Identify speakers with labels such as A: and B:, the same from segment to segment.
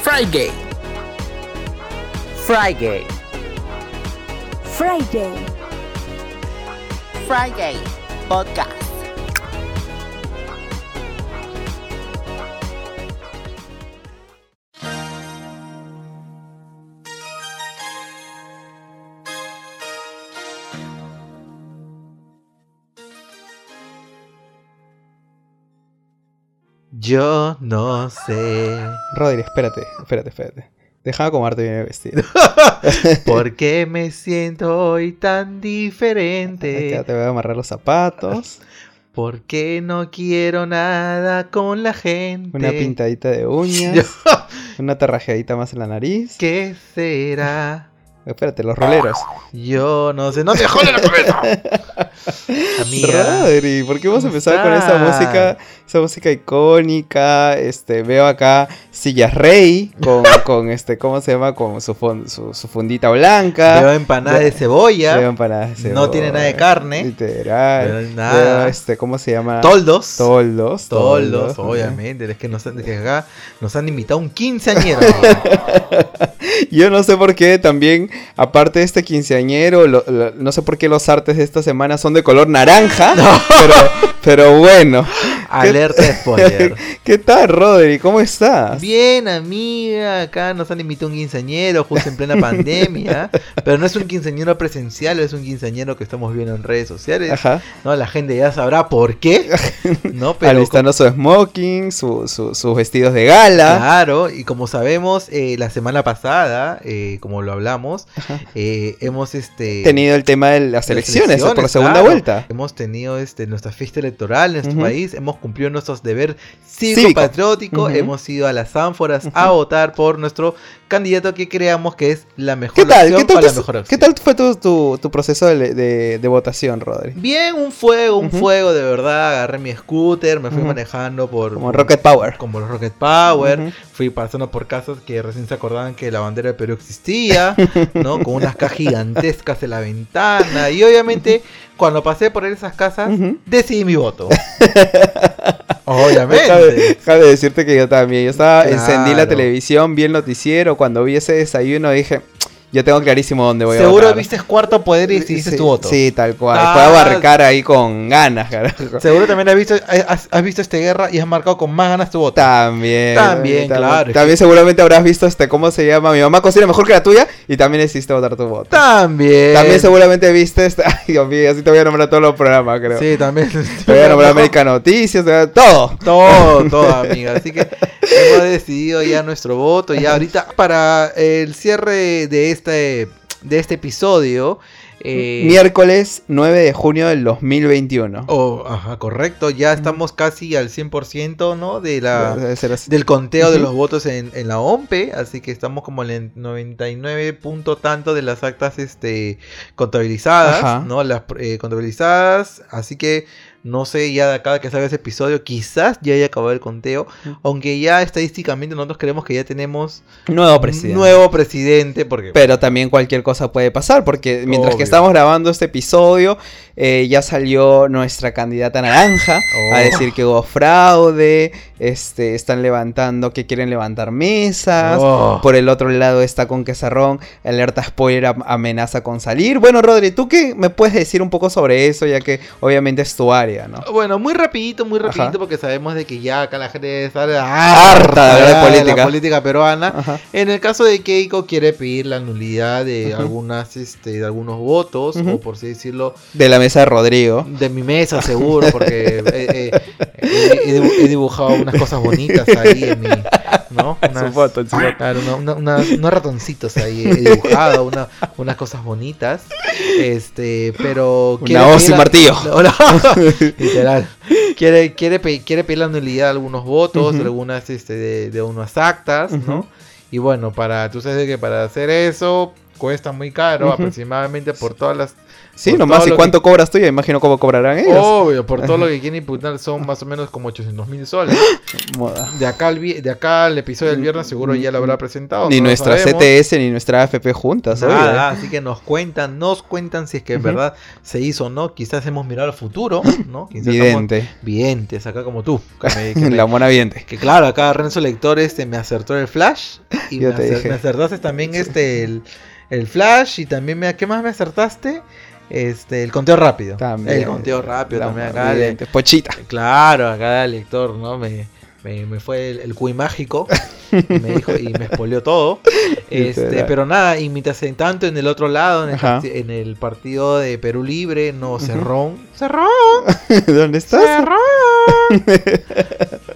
A: Friday.
B: Friday.
C: Friday.
D: Friday Podcast.
E: Yo no sé
B: Rodri, espérate, espérate, espérate. Deja de acomodarte bien el vestido.
E: por qué me siento hoy tan
B: Ya
E: diferente.
B: te voy a amarrar los zapatos.
E: ¿Por qué no quiero nada con la gente?
B: Una pintadita de uñas. Una tarrajeadita más en la nariz.
E: ¿Qué Ah, será?
B: Espérate, los roleros.
E: Yo no sé. ¡No te jode la cabeza! Amiga.
B: Rodri, ¿por qué hemos
E: ¿cómo
B: empezado con esa
E: estás?
B: música? Esa música icónica. Este, veo acá Sillas Rey. Con, con este, ¿cómo se llama? Con su, fon- su, su fundita blanca.
E: Veo empanada de
B: Veo
E: cebolla.
B: empanadas de
E: No tiene
B: cebolla,
E: nada de carne.
B: Literal.
E: Pero nada.
B: Veo, este, ¿cómo se llama?
E: Toldos.
B: Toldos.
E: Toldos,
B: ajá.
E: obviamente. Es que nos han, es que acá nos han invitado un quinceañero. amigo.
B: Yo no sé por qué también, aparte de este quinceañero, lo- lo- no sé por qué los artes de esta semana son de color naranja. Pero, pero bueno.
E: Alerta de spoiler.
B: ¿Qué tal, Rodri? ¿Cómo estás?
E: Bien, amiga, acá nos han invitado un quinceañero justo en plena pandemia. Pero no es un quinceañero presencial, es un quinceañero que estamos viendo en redes sociales.
B: Ajá.
E: No, la gente ya sabrá por qué. No, pero
B: Alistando su smoking, su- su- sus vestidos de gala.
E: Claro, y como sabemos, eh, la semana pasada, eh, como lo hablamos, eh, hemos este
B: Tenido el tema de las
E: las
B: elecciones, por la
E: elecciones,
B: segunda
E: claro.
B: vuelta.
E: Hemos tenido este nuestra fiesta electoral en nuestro
B: Ujú.
E: país, hemos cumplido nuestros deber
B: Cívico.
E: cívico-patriótico,
B: Ujú.
E: hemos ido a las ánforas a votar por nuestro candidato que creamos que es la mejor
B: ¿Qué tal?
E: opción
B: ¿Qué tal,
E: para
B: tu-
E: la mejor
B: qué
E: opción.
B: tal fue tu, tu- tu proceso de, de- de votación, Rodri?
E: Bien, un fuego, un
B: Ujú.
E: fuego de verdad, agarré mi scooter, me fui
B: Ujú.
E: manejando por
B: Como Rocket Power.
E: como los Rocket Power,
B: Ujú.
E: fui pasando por casas que recién se acordaban que la bandera de Perú existía, ¿no? Con unas cajas gigantescas en la ventana. Y obviamente, cuando pasé por esas casas,
B: Ujú.
E: decidí mi voto.
B: Déjame,
E: Obviamente.
B: déjame decirte que yo también. Yo estaba,
E: Claro.
B: encendí la televisión, vi el noticiero. Cuando vi ese desayuno dije, yo tengo clarísimo dónde voy a
E: Seguro
B: votar.
E: viste cuarto poder y decidiste
B: Sí,
E: tu voto.
B: Sí, tal cual.
E: Ah.
B: Puedo abarcar ahí con ganas, carajo.
E: Seguro también has visto, eh, has, has visto esta guerra y has marcado con más ganas tu voto.
B: También.
E: También, claro.
B: También seguramente habrás visto este, ¿cómo se llama? Mi mamá cocina mejor que la tuya y también hiciste votar tu voto.
E: También.
B: También seguramente viste este... Ay, Dios mío, así te voy a nombrar todos los programas, creo.
E: Sí, también.
B: Te voy a nombrar América Noticias, te voy a- todo.
E: Todo, todo, amiga. Así que hemos decidido ya nuestro voto. Ya ahorita, para el cierre de este, de este episodio. eh,
B: Miércoles 9 de junio del 2021.
E: oh, ajá, correcto. Ya estamos casi al 100%, ¿no? De la,
B: Debe ser así.
E: del conteo de
B: Ujú.
E: los votos en, en la OMPE. Así que estamos como en el 99 punto tanto de las actas este, contabilizadas,
B: Ajá.
E: ¿no? Las eh, contabilizadas. Así que no sé, ya de acá que salga ese episodio, quizás ya haya acabado el conteo.
B: Ujú.
E: Aunque ya estadísticamente nosotros creemos que ya tenemos
B: Nuevo presidente.
E: nuevo presidente, porque
B: Pero también cualquier cosa puede pasar, porque mientras que
E: Obvio.
B: estamos grabando este episodio, eh, ya salió nuestra candidata naranja
E: Oh.
B: a decir que hubo fraude, este, están levantando, que quieren levantar mesas.
E: Oh.
B: Por el otro lado está con Quesarrón, alerta spoiler am- amenaza con salir. Bueno, Rodri, ¿tú qué me puedes decir un poco sobre eso? Ya que obviamente es tu área, ¿no?
E: Bueno, muy rapidito, muy rapidito,
B: Ajá.
E: porque sabemos de que ya acá la gente está
B: Harta de hablar de política.
E: la política peruana.
B: Ajá.
E: En el caso de Keiko quiere pedir la nulidad de
B: Ujú.
E: algunas, este, de algunos votos,
B: Ujú.
E: o por así decirlo,
B: De la mesa de Rodrigo.
E: de mi mesa seguro, porque eh, eh, he, he dibu- he dibujado unas cosas bonitas ahí en mi, ¿no? Unas,
B: foto, en su foto.
E: Claro, una- una- unas- unos ratoncitos ahí he dibujado, una- unas cosas bonitas, este, pero...
B: Una
E: quiere
B: hoz
E: pedir
B: y
E: la-
B: martillo.
E: No, no, literal. Quiere, quiere, pe- quiere pedir la nulidad de algunos votos, de
B: Ujú.
E: algunas, este, de, de unas actas, ¿no?
B: Ujú.
E: Y bueno, para, tú sabes que para hacer eso, cuesta muy caro,
B: Ujú.
E: aproximadamente por todas las...
B: Sí,
E: por
B: nomás,
E: todo
B: ¿y
E: lo
B: cuánto cobras tú? Ya imagino cómo cobrarán
E: que-
B: ellos.
E: Obvio, por todo lo que quieren imputar son más o menos como 800 mil soles. Oh.
B: Moda.
E: De acá, al vi- de acá al episodio del viernes seguro ya lo habrá presentado.
B: Ni
E: no lo
B: nuestra E
E: sabemos.
B: CTS ni nuestra AFP juntas, obvio.
E: Nada, así que nos cuentan, nos cuentan si es que en
B: ¿eh? Ujú.
E: verdad se hizo o no. Quizás hemos mirado al futuro, ¿no? Quizás estamos
B: Vidente.
E: videntes, acá como tú. Que, me- que me-
B: La mona vidente.
E: que claro, acá Renzo Lector este, me acertó el Flash. Y
B: Yo
E: me,
B: te
E: acer-
B: dije.
E: me acertaste también este el, el Flash. Y también, me, ¿qué más me acertaste? Este, el conteo rápido.
B: También.
E: El conteo rápido
B: La
E: también
B: mona
E: acá. le-
B: vidente. Pochita.
E: Claro, acá el lector, ¿no? Me, me, me fue el, el cuy mágico. y me dijo y me espoleó todo. Este,
B: Literal.
E: pero nada, y mientras en tanto en el otro lado, en el,
B: Ajá.
E: parti- en el partido de Perú Libre, no, Cerrón. Cerrón,
B: ¿Dónde estás?
E: Cerrón.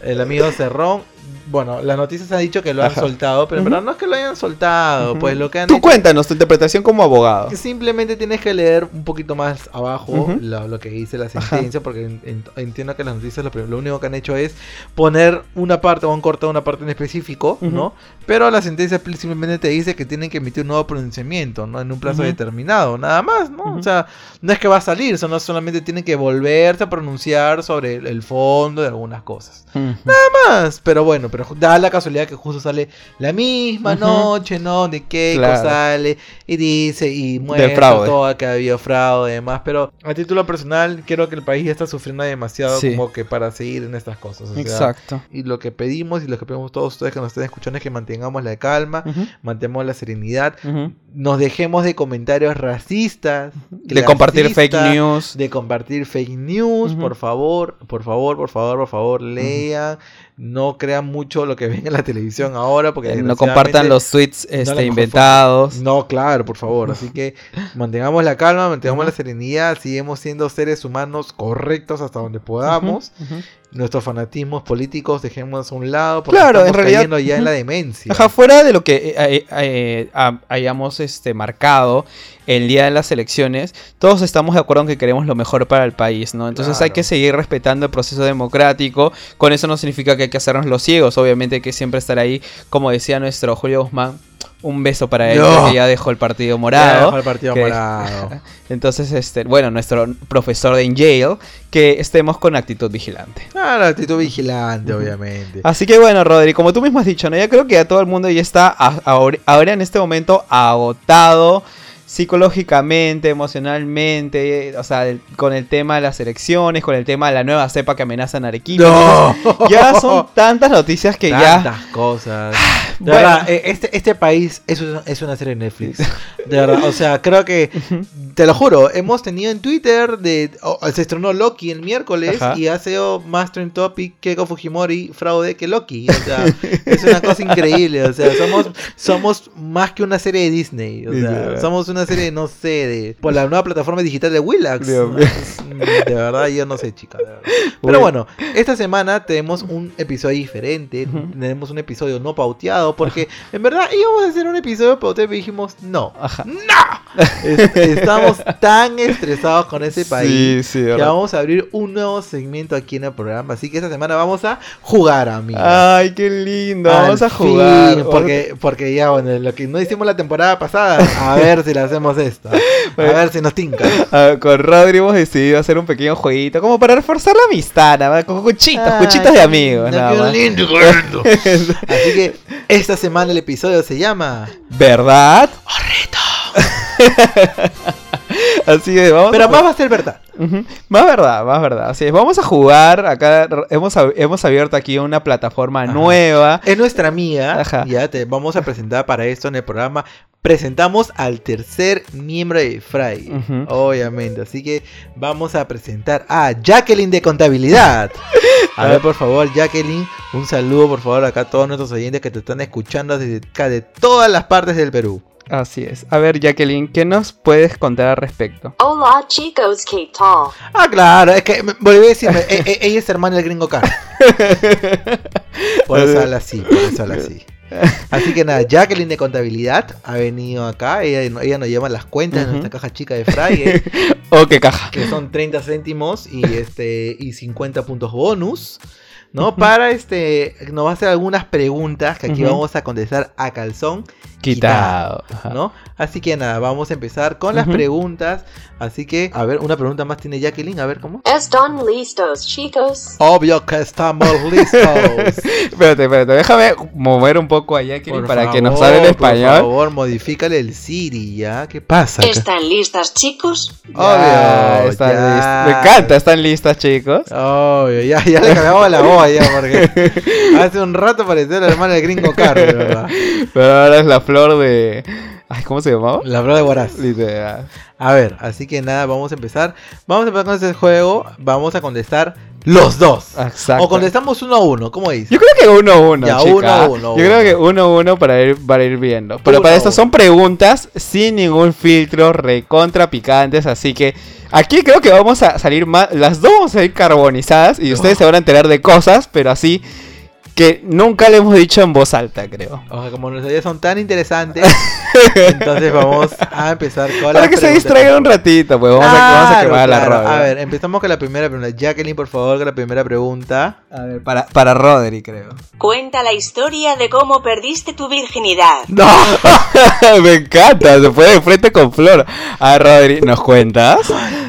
E: el amigo Cerrón. Bueno, las noticias han dicho que lo han
B: Ajá.
E: soltado, pero en
B: Ujú.
E: verdad no es que lo hayan soltado,
B: Ujú.
E: pues lo que han
B: Tú
E: hecho-
B: cuéntanos tu interpretación como abogado.
E: que simplemente tienes que leer un poquito más abajo
B: Ujú.
E: lo, lo que dice la sentencia, porque en- en- entiendo que las noticias lo, prim- lo único que han hecho es poner una parte o han cortado una parte en específico,
B: Ujú.
E: ¿no? Pero la sentencia pl- simplemente te dice que tienen que emitir un nuevo pronunciamiento, ¿no? En un plazo
B: Ujú.
E: determinado, nada más, ¿no?
B: Ujú.
E: O sea, no es que va a salir, sino solamente tienen que volverse a pronunciar sobre el- el fondo de algunas cosas Ah, más, Pero bueno, pero ju- da la casualidad que justo sale la misma
B: Ujú.
E: noche, ¿no? De Keiko
B: Claro.
E: sale y dice y muestra
B: fraude.
E: todo que había fraude y demás. Pero a título personal, creo que el país ya está sufriendo demasiado
B: Sí.
E: como que para seguir en estas cosas. o sea,
B: Exacto.
E: Y lo que pedimos y lo que pedimos todos ustedes que nos estén escuchando es que mantengamos la calma,
B: Ujú,
E: mantengamos la serenidad,
B: ujú.
E: nos dejemos de comentarios racistas,
B: De compartir fake
E: clasistas,
B: news.
E: de compartir fake news,
B: Ujú.
E: por favor, por favor, por favor, por favor, lean, no crean mucho lo que ven en la televisión ahora porque
B: eh, No compartan
E: desgraciadamente,
B: los tweets
E: la
B: este,
E: mejor
B: inventados.
E: no, claro, por favor. Así que mantengamos la calma, mantengamos la serenidad, sigamos siendo seres humanos correctos hasta donde podamos.
B: Ujú, ujú.
E: Nuestros fanatismos políticos dejemos a un lado porque
B: Claro, en
E: estamos
B: realidad-
E: cayendo ya en la
B: ujú.
E: demencia.
B: Ajá, fuera de lo que eh, eh, eh, ha- hayamos este, marcado el día de las elecciones, todos estamos de acuerdo en que queremos lo mejor para el país, ¿no? Entonces hay
E: Claro.
B: que seguir respetando el proceso democrático. Con eso no significa que hay que hacernos los ciegos, obviamente hay que siempre estar ahí, como decía nuestro Julio Guzmán. Un beso para él,
E: No.
B: que ya dejó el partido
E: Ya
B: morado.
E: dejó el partido
B: que-
E: morado.
B: Entonces, este, bueno, nuestro profesor de Yale, que estemos con actitud vigilante.
E: Claro, actitud vigilante,
B: Ujú.
E: obviamente.
B: Así que bueno, Rodri, como tú mismo has dicho, ¿no? Ya creo que ya todo el mundo ya está a- ahor- ahora en este momento agotado psicológicamente, emocionalmente, eh, o sea, el- con el tema de las elecciones, con el tema de la nueva cepa que amenaza en Arequipa. Entonces, Ya son tantas noticias que ya...
E: tantas cosas. De
B: Bueno.
E: verdad, eh, este, este país es una, es una serie de Netflix. De verdad, o sea, creo que, te lo juro, hemos tenido en Twitter, de, o- se estrenó Loki el miércoles
B: Ajá.
E: y ha sido más trend topic Keiko Fujimori fraude que Loki. O sea, es una cosa increíble. O sea, somos, somos más que una serie de Disney. O sea,
B: Literal.
E: somos una serie, no sé, de, por la nueva plataforma digital de Willax.
B: Dios mío.
E: De verdad, yo no sé, chica. de verdad. Pero bueno, esta semana tenemos un episodio diferente.
B: Ujú.
E: Tenemos un episodio no pauteado. Porque en verdad íbamos a hacer un episodio pauteado y dijimos no.
B: Ajá.
E: ¡No! Es- estamos tan estresados con ese país.
B: Sí, sí, de
E: que
B: verdad.
E: vamos a abrir un nuevo segmento aquí en el programa. Así que esta semana vamos a jugar, amigos.
B: Ay, qué lindo.
E: Al
B: Ah, Vamos a
E: fin,
B: jugar.
E: porque, porque ya, bueno, lo que no hicimos la temporada pasada, a ver si la hacemos esta. A
B: Bueno.
E: ver si nos tinca.
B: Ah, con Rodri hemos decidido hacer un pequeño jueguito, como para reforzar la amistad, ¿no? con cuchitos,
E: Ay,
B: cuchitos de amigos,
E: no,
B: nada
E: qué
B: más.
E: lindo, qué lindo. Así que esta semana el episodio se llama.
B: ¿Verdad? ¡Oh, Horrito. Así es, vamos.
E: Pero
B: a...
E: más va a ser verdad.
B: Ujú, Más verdad, más verdad. Así es, vamos a jugar. Acá r- hemos, ab- hemos abierto aquí una plataforma
E: Ajá.
B: nueva.
E: Es nuestra amiga.
B: Ajá.
E: Ya te vamos a presentar para esto en el programa. Presentamos al tercer miembro de Fry.
B: Ujú.
E: Obviamente. Así que vamos a presentar a Jacqueline de Contabilidad. A ver, por favor, Jacqueline, un saludo, por favor, acá a todos nuestros oyentes que te están escuchando desde acá, de todas las partes del Perú.
B: Así es. A ver, Jacqueline, ¿qué nos puedes contar al respecto?
A: Hola chicos, ¿qué tal?
E: Ah, claro, es que me- volví a decirme, e- e- ella es hermana del gringo Khan. Por eso habla así, por eso habla así. Así que nada, Jacqueline de Contabilidad ha venido acá, ella, ella nos lleva las cuentas de
B: Ujú.
E: nuestra caja chica de Friday,
B: Oh, qué caja.
E: que son 30 céntimos y este y 50 puntos bonus. ¿no? Para este, nos va a hacer algunas preguntas que aquí
B: Ujú.
E: vamos a contestar a calzón,
B: Quitado. Ajá.
E: ¿no? Así que nada, vamos a empezar con las
B: Ah. Ujú.
E: preguntas. Así que, a ver, una pregunta más tiene Jacqueline, a ver cómo.
A: Están listos, chicos.
E: Obvio que estamos listos.
B: Espérate, espérate, déjame mover un poco allá
E: Por
B: para que nos
E: favor,
B: hable el
E: Por
B: español.
E: favor, modifícale el Siri, ¿ya? ¿Qué pasa? acá?
A: ¿Están listas, chicos?
B: Ya,
E: Obvio,
B: están
E: ya.
B: listas. Me encanta, están listas, chicos.
E: Obvio, ya, ya le cagamos la voz ya, porque hace un rato parecía la hermana de Gringo Carr, de verdad.
B: Pero ahora es la flor de. Ay, ¿cómo se llamaba?
E: La verdad de Guaraz.
B: Literal.
E: A ver, así que nada, vamos a empezar. Vamos a empezar con este juego. Vamos a contestar los dos.
B: Exacto.
E: O contestamos uno a uno, ¿cómo dice?
B: Yo creo que uno a uno,
E: Ya,
B: chica.
E: uno a uno,
B: Yo
E: uno.
B: creo que uno a uno para ir, para ir viendo. Pero
E: Uno
B: para
E: a
B: esto
E: uno.
B: son preguntas sin ningún filtro, recontra picantes. Así que aquí creo que vamos a salir más. Las dos vamos a ir carbonizadas y
E: Ah.
B: ustedes se van a enterar de cosas, pero así que nunca le hemos dicho en voz alta, creo.
E: O sea, como nuestras ideas son tan interesantes, entonces vamos a empezar con
B: Para
E: las
B: que se
E: preguntas.
B: distraigan un ratito, pues vamos, a, vamos a
E: Ah, Claro,
B: quemar
E: claro.
B: la ropa.
E: A ver, empezamos con la primera pregunta. Jacqueline, por favor, con la primera pregunta.
B: A ver, para, para Rodri, creo.
A: Cuenta la historia de cómo perdiste tu virginidad.
B: ¡No! Me encanta, se fue de frente con Flor. A Rodri, ¿nos cuentas?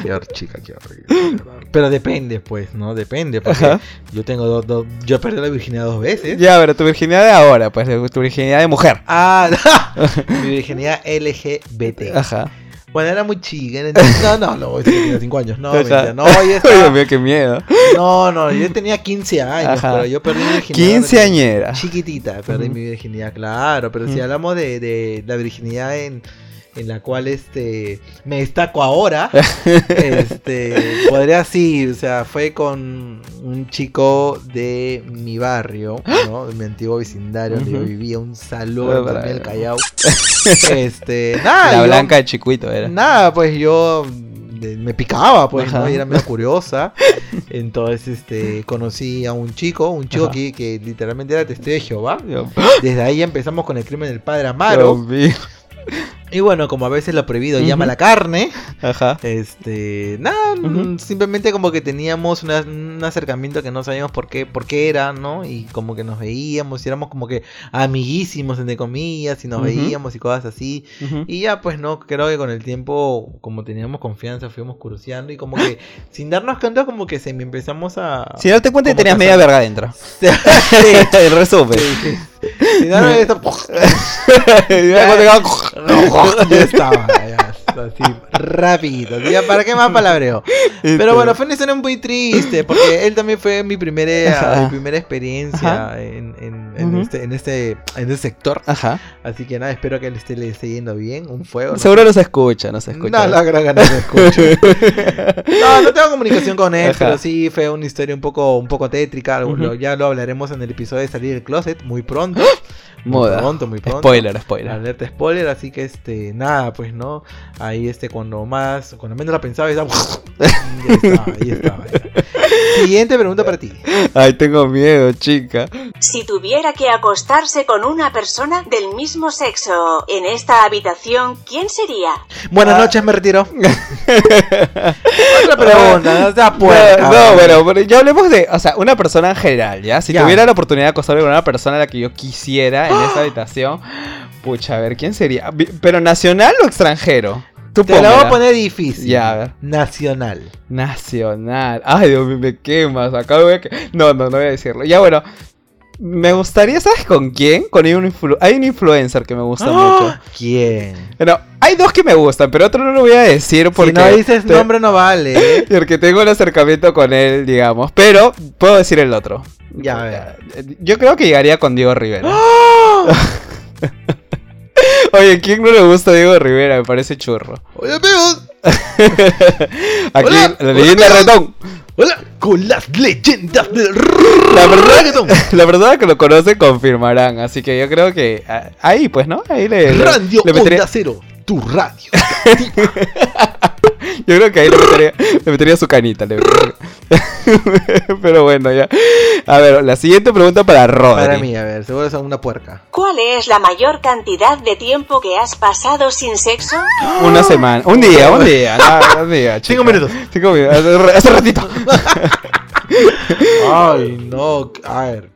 E: Qué hor- chica, qué horrible. Pero depende, pues, ¿no? Depende, porque
B: Ajá.
E: yo tengo dos, dos- Yo perdí la virginidad dos veces.
B: Ya, pero tu virginidad de ahora, pues tu virginidad de mujer.
E: Ah, mi virginidad LGBT.
B: Ajá.
E: Bueno, era muy chica. era- No, no, no, este yo tenía 5 años. No,
B: O
E: mentira,
B: sea,
E: no, yo
B: Ay, Dios
E: estaba-
B: mío, qué miedo.
E: no, no, yo tenía 15 años,
B: Ajá.
E: pero yo perdí mi virginidad.
B: 15 añeras.
E: Chiquitita, perdí
B: Ujú.
E: mi virginidad, claro. Pero si
B: Ujú.
E: hablamos de, de la virginidad en, en la cual este me destaco ahora, este podría sí, o sea, fue con un chico de mi barrio, ¿no? De mi antiguo vecindario donde yo
B: Ujú.
E: vivía, un saludo
B: Para-
E: también el Callao. Este, nada,
B: La
E: yo-
B: blanca de Chicuito era.
E: Nada, pues yo eh, me picaba, pues,
B: Ajá.
E: ¿no? Y era medio curiosa. Entonces, este, conocí a un chico, un chico
B: Ajá. ¡Ah!
E: que, que literalmente era testigo de Jehová.
B: Dios
E: Desde ahí empezamos con el crimen del padre
B: Dios
E: Amaro.
B: mío.
E: Y bueno, como a veces lo prohibido
B: Ujú.
E: llama la carne,
B: Ajá.
E: este, nada, mm, simplemente como que teníamos una- un acercamiento que no sabíamos por qué, por qué era, ¿no? Y como que nos veíamos, y éramos como que amiguísimos, entre comillas, y nos
B: Ujú.
E: veíamos y cosas así.
B: Ujú.
E: Y ya, pues no, creo que con el tiempo, como teníamos confianza, fuimos curseando y como que, sin darnos cuenta, como que se me empezamos a.
B: Si no te cuenta,
E: como
B: tenías
E: que
B: media
E: se-
B: verga adentro. El resumen.
E: Sin darnos esto,
B: Ya cuando llegaba-
E: ya estaba, ya, así, rápido. así, ya, ¿Para qué más palabreo? Pero bueno, fue una historia muy triste, porque él también fue mi primera,
B: Ajá.
E: mi primera experiencia en, en, en
B: Ujú. Ah.
E: este, en, este, en este sector.
B: Ajá.
E: Así que nada, espero que le esté, le esté yendo bien, un fuego. ¿no?
B: Seguro no se escucha, no se
E: No,
B: escucha.
E: no creo que no se escuche. No, no tengo comunicación con él,
B: Ajá.
E: pero sí fue una historia un poco, un poco tétrica. Lo-
B: Ujú.
E: lo- ya lo hablaremos en el episodio de salir del closet muy pronto. Muy
B: ¡Ah! Moda.
E: pronto, muy pronto.
B: Spoiler, spoiler.
E: Alerta spoiler, así que este, nada, pues no. Ahí este, cuando más, cuando menos la pensaba, ya estaba. Ya estaba, ya estaba, ya. Siguiente pregunta para ti.
B: Ay, tengo miedo, chica.
A: Si tuviera que acostarse con una persona del mismo sexo en esta habitación, ¿quién sería?
E: Buenas
B: Ah.
E: noches, me retiro. Otra pregunta, no sea puerca.
B: No, no, bueno, pero ya hablemos de, o sea, una persona en general, ¿ya? Si
E: Ya. ¡Ah!
B: tuviera la oportunidad de acostarme con una persona a la que yo quisiera en esta habitación, pucha, a ver, ¿quién sería? Vi- ¿Pero nacional o extranjero? Tú
E: Te la voy a
B: pónmela.
E: poner difícil.
B: Ya, a ver.
E: Nacional.
B: Nacional. Ay, Dios mío, me quemas. Acá voy a que- No, no, no voy a decirlo. Ya, bueno. Me gustaría, ¿sabes con quién? Con un influ- Hay un influencer que me
E: ¡Ah!
B: gusta mucho.
E: ¿Quién?
B: Bueno, hay dos que me gustan, pero otro no lo voy a decir porque...
E: si no dices
B: te-
E: nombre no vale. ¿eh?
B: Porque tengo un acercamiento con él, digamos. Pero puedo decir el otro.
E: Ya, a ver.
B: Yo creo que llegaría con Diego Rivera.
E: ¡Ah!
B: Oye, ¿quién no le gusta Diego Rivera? Me parece churro.
E: Hola amigos,
B: Aquí,
E: Hola,
B: la
E: hola,
B: leyenda
E: amigos.
B: Redón.
E: hola con las leyendas del
B: La verdad,
E: reggaetón.
B: la verdad que lo conocen confirmarán. Así que yo creo que ah, ahí, pues, ¿no? Ahí le, le,
E: Radio
B: le metería-
E: Onda Cero. tu radio.
B: Yo creo que ahí le metería, le metería su canita. le metería. Pero bueno, ya. A ver, la siguiente pregunta para Rodri.
E: Para mí, a ver, seguro son una puerca.
A: ¿Cuál es la mayor cantidad de tiempo que has pasado sin sexo?
B: Una semana. Un día, un día. nada, un día,
E: Cinco
B: chica.
E: minutos.
B: Cinco minutos. Hace- Hace ratito.
E: Ay, no. A ver.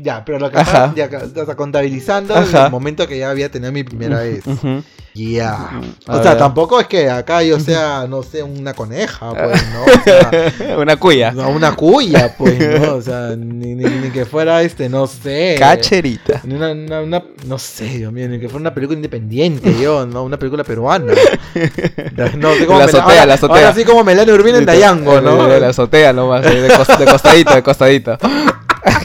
E: Ya, pero lo que pasa,
B: Ajá.
E: ya, o sea, contabilizando
B: Ajá.
E: el momento que ya había tenido mi primera vez.
B: Ujú.
E: Ya.
B: A
E: O sea,
B: ver.
E: tampoco es que acá yo sea, no sé, una coneja, pues, ¿no? O sea,
B: Una cuya.
E: no, una cuya, pues, ¿no? O sea, ni, ni- ni que fuera este, no sé.
B: Cacherita.
E: Ni Una, una- una- no sé, Dios mío, ni que fuera una película independiente, yo, no, una película peruana. No sé cómo
B: La
E: Mela-
B: azotea,
E: ahora-
B: la azotea.
E: Ahora sí como Melania Urbina en Dayango, ¿no?
B: De la azotea nomás, ahí de, cos- de costadito, de costadito.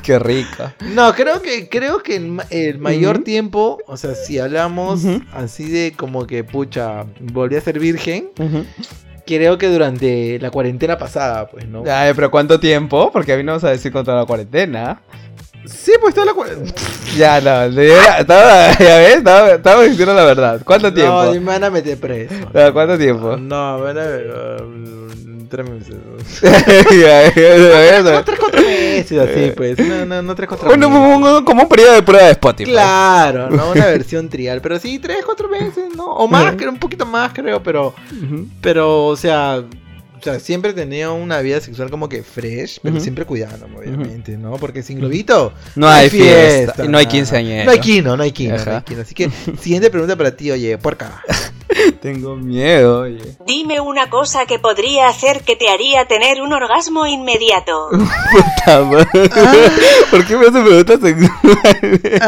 B: Qué rico.
E: No, creo que, creo que el, ma- el mayor
B: Ujú.
E: tiempo, o sea, si hablamos
B: Ujú.
E: así de como que, pucha, volví a ser virgen, creo que durante la cuarentena pasada, pues, ¿no?
B: Ay, eh, pero ¿cuánto tiempo? Porque a mí no vas a decir contra la cuarentena.
E: Sí, pues toda la cuarentena.
B: Ya, no. de- era- Estaba, ya ves, estaba, estaba diciendo la verdad. ¿Cuánto tiempo?
E: No, me van a meter preso.
B: Ah, ¿Cuánto tiempo?
E: No, me van a eh, Tres meses.
B: Ya, eso.
E: Tres, cuatro meses,
B: Eh.
E: así, pues. No, no, no tres, cuatro
B: Bueno,
E: meses.
B: como un- como un periodo de prueba de Spotify.
E: Claro, no una versión trial, pero sí, tres, cuatro meses, ¿no? O
B: Eh.
E: más, creo, un poquito más, creo, pero...
B: Ujú.
E: Pero, o sea, o sea, siempre he tenido una vida sexual como que fresh, pero
B: Ujú.
E: siempre cuidándome, obviamente, ¿no? Porque sin globito
B: No hay fiesta, y no hay quinceañero.
E: No hay quino, no hay quino, no
B: Ajá.
E: hay quino. Así que, siguiente pregunta para ti, oye, porca.
B: Tengo miedo, oye.
A: Dime una cosa que podría hacer que te haría tener un orgasmo inmediato.
B: Puta madre. ¿Por qué me hacen preguntas sexuales?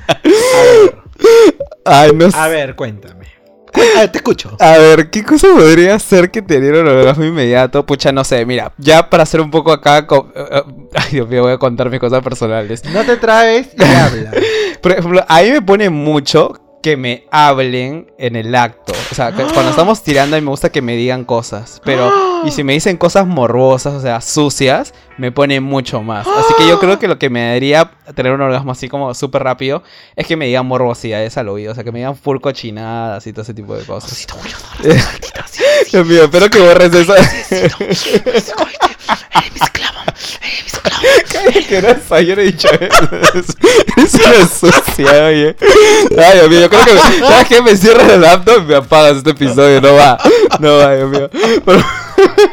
B: Ay, no sé.
E: A ver, cuéntame. Cu- a ver, te escucho.
B: A ver, ¿qué cosa podría ser que te diera un orgasmo inmediato? Pucha, no sé, mira, ya para hacer un poco acá... co- eh, eh, Ay, Dios mío, voy a contar mis cosas personales.
E: No te traes y habla.
B: Por ejemplo, a mí me pone mucho que me hablen en el acto. O sea, que cuando estamos tirando a mí me gusta que me digan cosas. Pero, y si me dicen cosas morbosas, o sea, sucias, me pone mucho más. Así que yo creo que lo que me daría tener un orgasmo así como súper rápido es que me digan morbosidades al oído. O sea, que me digan full cochinadas y todo ese tipo de cosas. Dios mío, espero que borres eso. Cállate que no soy, yo no he dicho eso. Es una sucia, oye. Ay, Dios mío, yo creo que. me- ¿Sabes qué? Me cierras el laptop y me apagas este episodio. No va. No va, Dios mío. Pero-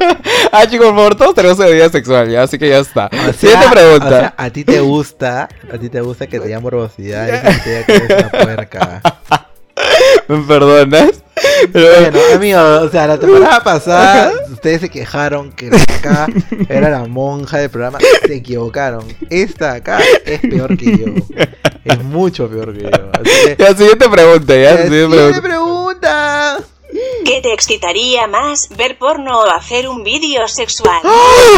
B: Ah, chicos, por favor, todos tenemos una vida sexual, ya. Así que ya está.
E: O sea,
B: Siguiente pregunta.
E: o sea, a ti te gusta, a ti te gusta que te llame morbosidad y que te diga que eres una puerca.
B: ¿Me perdonas? Pero-
E: Bueno, amigo, o sea, la temporada pasada ustedes se quejaron que la de acá era la monja del programa. Se equivocaron. Esta de acá es peor que yo. Es mucho peor que yo. Así que,
B: Ya, siguiente pregunta, ya.
E: eh,
B: Siguiente
E: siguiente
B: pregunta.
E: pregunta.
A: ¿Qué te excitaría más, ver porno o hacer un vídeo sexual?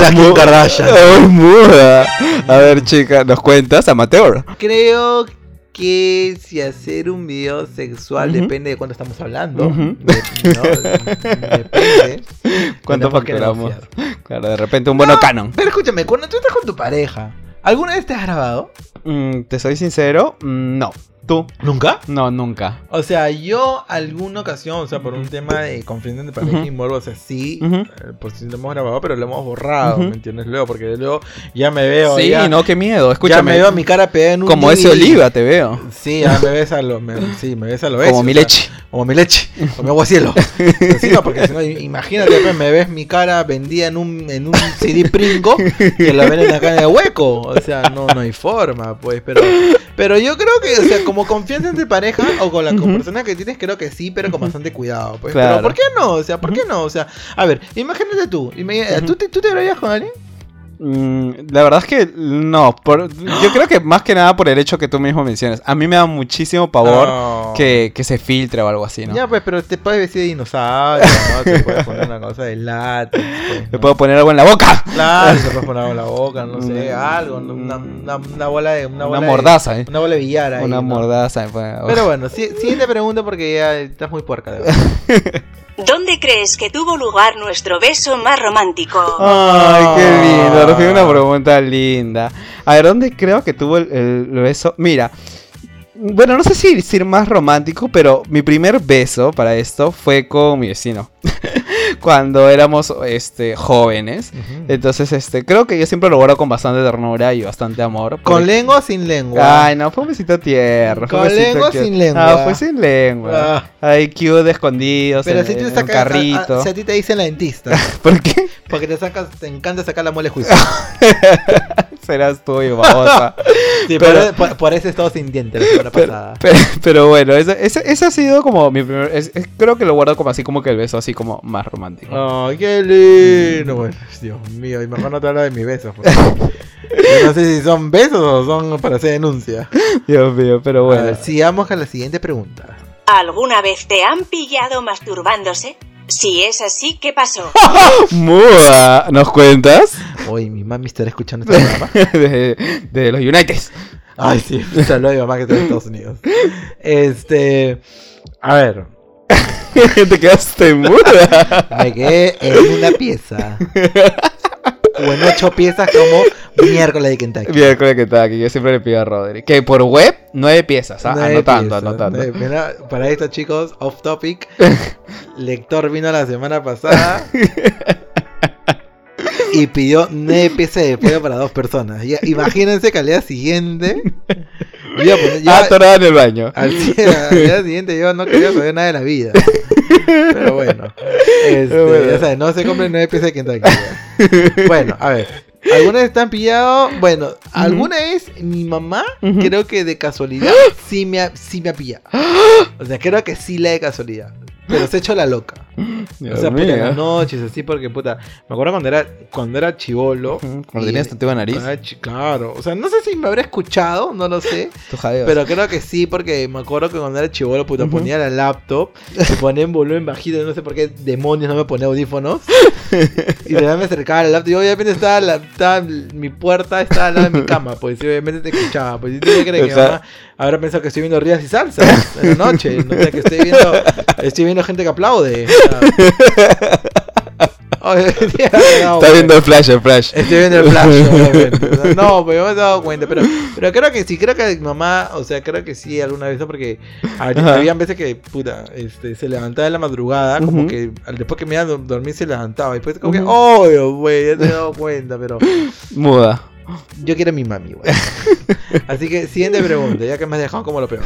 E: La Kim Kardashian.
B: Ay, muda. A ver, chica, ¿nos cuentas? Amateur.
E: Creo que si hacer un video sexual
B: Ujú.
E: depende de cuánto estamos hablando.
B: Ujú.
E: de- no, depende.
B: ¿Cuánto
E: Tenemos que
B: facturamos?
E: negociar.
B: Claro, de repente un bueno canon.
E: Pero escúchame, cuando tú estás con tu pareja, ¿alguna vez te has grabado?
B: Mm, ¿Te soy sincero? Mm, No. ¿Tú?
E: ¿Nunca?
B: No, nunca.
E: O sea, yo alguna ocasión, o sea, por un tema de conflicto entre pareja y
B: Ujú.
E: morbo, o sea, sí,
B: Ujú.
E: eh, por si lo hemos grabado, pero lo hemos borrado,
B: Ujú.
E: ¿me entiendes? Luego, porque luego ya me veo,
B: Sí,
E: ya,
B: no, qué miedo.
E: ya me
B: Escúchame.
E: veo mi cara pegada en un
B: como ese
E: DVD.
B: oliva te veo.
E: Sí, ya me ves a lo, me- sí, me ves a lo
B: Como
E: ese,
B: mi
E: o sea,
B: leche.
E: como mi leche, como agua cielo. Así no, porque si no, i- imagínate, pues, me ves mi cara vendida en un, en un CD pringo que la ven en la cara de hueco. O sea, no, no hay forma, pues, pero. Pero yo creo que, o sea, como confianza entre pareja o con la con
B: Ujú.
E: persona que tienes, creo que sí, pero con bastante cuidado, pues.
B: Claro.
E: Pero ¿por qué no? O sea, ¿por qué no? O sea, a ver, imagínate tú. imagina- ¿tú, te, ¿Tú te hablarías con alguien?
B: Mm, la verdad es que no. por- yo creo que más que nada por el hecho que tú mismo mencionas. A mí me da muchísimo pavor
E: No.
B: que, que se filtre o algo así, ¿no?
E: Ya, pues, pero te puedes vestir de dinosaurio, ¿no? Te puedes poner una cosa de látex, pues,
B: Me
E: ¿no?
B: puedo poner algo en la boca.
E: Claro, se puede poner algo en la boca, no sé,
B: Mm.
E: algo, ¿no? una, una, una bola de. Una,
B: Una,
E: bola de-
B: mordaza, ¿eh?
E: una bola de billar ahí.
B: Una
E: ¿no?
B: mordaza. me pone-
E: Pero bueno, si, siguiente pregunta porque ya estás muy puerca de verdad.
A: ¿Dónde crees que tuvo lugar nuestro beso más romántico?
B: Ay, qué lindo.
E: Ah.
B: Nos dio una pregunta linda. A ver, ¿dónde creo que tuvo el, el beso? Mira, Bueno, no sé si decir más romántico, pero mi primer beso para esto fue con mi vecino. Cuando éramos este, jóvenes.
E: Eh,
B: Entonces, este, creo que yo siempre lo guardo con bastante ternura y bastante
E: ¿Con
B: amor. porque-
E: lengua o sin lengua?
B: Ay, no, fue un besito tierno. fue un
E: ¿Con
B: besito
E: lengua o
B: cute.
E: sin lengua?
B: No, fue sin lengua.
E: Ah.
B: Ay, cute, escondidos.
E: Pero
B: en-
E: si te
B: en un
E: sacas.
B: carrito.
E: a- a- si a ti te dicen la dentista.
B: ¿Por qué?
E: Porque te sacas, te encanta sacar la mole juicio.
B: Serás tú y ah. babosa.
E: Sí,
B: Pero-
E: por, por, por eso he estado sin dientes la semana
B: pero,
E: pasada.
B: pero- pero bueno, ese, ese- ese ha sido como mi primer. es- es- creo que lo guardo como así, como que el beso así como más romántico.
E: Ay, qué lindo. Bueno, Dios mío, y mejor no te habla de mis besos. porque- Yo no sé si son besos o son para hacer denuncia.
B: Dios mío, pero
E: A
B: bueno.
E: ver, sigamos con la siguiente pregunta.
A: ¿Alguna vez te han pillado masturbándose? Si es así, ¿qué pasó?
B: Mua, ¿Nos cuentas?
E: Oye, mi mami estará escuchando este programa.
B: De, de los United.
E: Ay, sí, un saludo a mi mamá que está en Estados Unidos. Este. A ver,
B: Te quedaste muda.
E: me quedé en una pieza. O en ocho piezas como miércoles de Kentucky.
B: Miércoles que está aquí. Yo siempre le pido a Rodri. Que por web, nueve piezas. ¿ah?
E: Nueve
B: anotando,
E: piezas,
B: anotando. Ah,
E: nueve- mira, para esto, chicos, off topic. Lector vino la semana pasada y pidió nueve piezas de pollo para dos personas. Ya, imagínense que al día siguiente. yo iba a poner- yo-
B: Ah, atorada en el baño.
E: al, día, al día siguiente yo no quería saber nada de la vida. Pero bueno. Este,
B: Pero bueno.
E: ya sabes, no se compren nueve piezas de Kentucky. ya. Bueno, a ver. ¿Alguna vez te han pillado? Bueno, alguna vez mi mamá,
B: Ujú. ¡Ah!
E: creo que de casualidad, sí me, ha, sí me ha pillado. O sea, creo que sí la de casualidad. Pero se ha hecho la loca.
B: Dios
E: o sea, puta, en
B: mío.
E: las noches, así, porque puta. Me acuerdo cuando era, cuando era chivolo.
B: Cuando tenías tu nariz,
E: cuando era chi- Claro. O sea, no sé si me habrá escuchado, no lo sé.
B: tu jadeo.
E: Pero creo que sí, porque me acuerdo que cuando era chivolo, puta,
B: Ujú.
E: ponía la laptop, se ponía en volumen bajito, no sé por qué demonios no me ponía audífonos. y de verdad me acercaba a la laptop y obviamente estaba, la, estaba mi puerta, estaba al lado de mi cama, pues y obviamente te escuchaba. Pues y tú qué crees que
B: O sea-
E: mamá ahora pensado que estoy viendo rías y salsa en la noche, no sé, que estoy viendo, estoy viendo gente que aplaude. o sea. Obviamente, no,
B: Está
E: pues.
B: viendo el flash, el flash.
E: Estoy viendo el flash, obviamente. O sea, No, pues yo me he dado cuenta. Pero, pero creo que sí, creo que mi mamá, o sea, creo que sí alguna vez, ¿no? porque hab-
B: Ajá.
E: habían veces que, puta, este, se levantaba en la madrugada, como
B: Ujú.
E: que al- después que me iba a do- dormir se levantaba. Y después, como que,
B: Ujú.
E: oh, Dios, güey, ya te he dado cuenta, pero
B: Muda.
E: yo quiero a mi mami, güey. Así que, siguiente pregunta, ya que me has dejado como lo peor.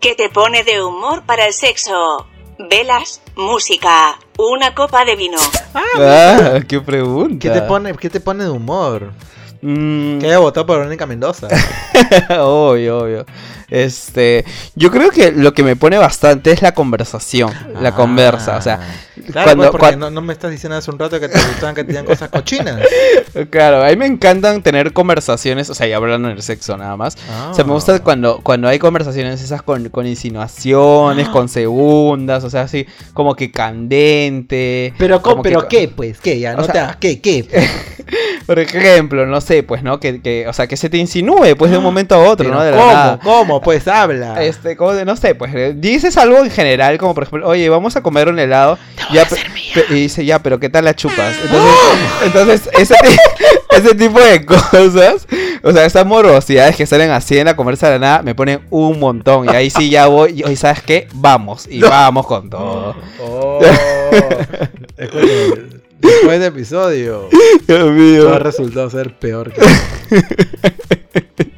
A: ¿Qué te pone de humor para el sexo? Velas, música, una copa de vino.
B: Ah, qué pregunta.
E: ¿Qué te pone, qué te pone de humor?
B: Mm,
E: Que haya votado por Verónica Mendoza.
B: obvio, obvio. Este, yo creo que lo que me pone bastante es la conversación, la
E: Ah.
B: conversa, o sea,
E: Claro,
B: cuando-
E: pues, porque
B: cuan-
E: no, no me estás diciendo hace un rato que te gustaban que te digan cosas cochinas. Ah.
B: claro, a mí me encantan tener conversaciones, o sea, y hablando del sexo nada más. O sea, me
E: Ah.
B: gusta cuando, cuando hay conversaciones esas con, con insinuaciones,
E: Ah.
B: con segundas, o sea, así como que candente.
E: Pero, co-
B: como que
E: pero
B: con-
E: qué, pues, qué, ya,
B: O
E: no
B: sea-
E: te hagas, qué, qué.
B: Por ejemplo, no sé, pues, ¿no? Que, que, o sea, que se te insinúe, pues, de un momento a otro,
E: Ah. Pero
B: ¿no? De la
E: ¿Cómo,
B: nada.
E: cómo? Pues habla.
B: Este, como de, no sé, pues eh, dices algo en general, como por ejemplo, oye, vamos a comer un helado. ya, pe- pe- y dice, ya, pero ¿qué tal la chupas? Entonces, entonces ese, ti- ese tipo de cosas, o sea, esas morosidades que salen así en la conversa de la nada, me ponen un montón. Y ahí sí ya voy, y oye, ¿sabes qué? Vamos, y vamos con todo.
E: Oh. Escúchame, Después de episodio,
B: Dios
E: todo ha
B: mío.
E: resultado ser peor que.